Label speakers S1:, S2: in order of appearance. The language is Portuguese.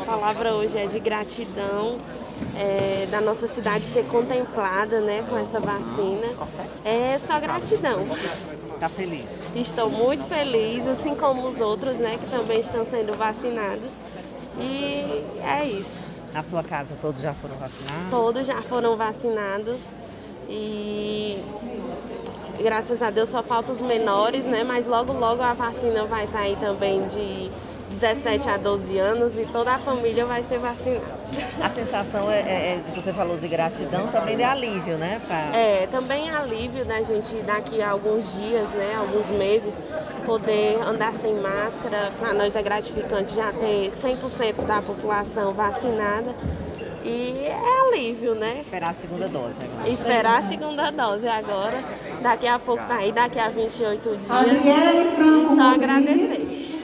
S1: palavra hoje é de gratidão, é, da nossa cidade ser contemplada né, com essa vacina. É só gratidão.
S2: Tá feliz.
S1: Estou muito feliz, assim como os outros né, que também estão sendo vacinados. E é isso.
S2: Na sua casa todos já foram vacinados?
S1: Todos já foram vacinados e graças a Deus só falta os menores, né? Mas logo logo a vacina vai estar aí também de 17 a 12 anos e toda a família vai ser vacinada.
S2: A sensação é, é- é de você falou de gratidão, também de alívio, né? Pra...
S1: É, também é alívio da gente daqui a alguns dias, né, alguns meses, poder andar sem máscara. Para nós é gratificante já ter 100% da população vacinada. E é alívio, né?
S2: Esperar a segunda dose agora.
S1: Esperar a segunda dose agora. Daqui a pouco tá aí, daqui a 28 dias.
S3: Adriane Franco
S1: E só
S3: Rodrigues.
S1: agradecer.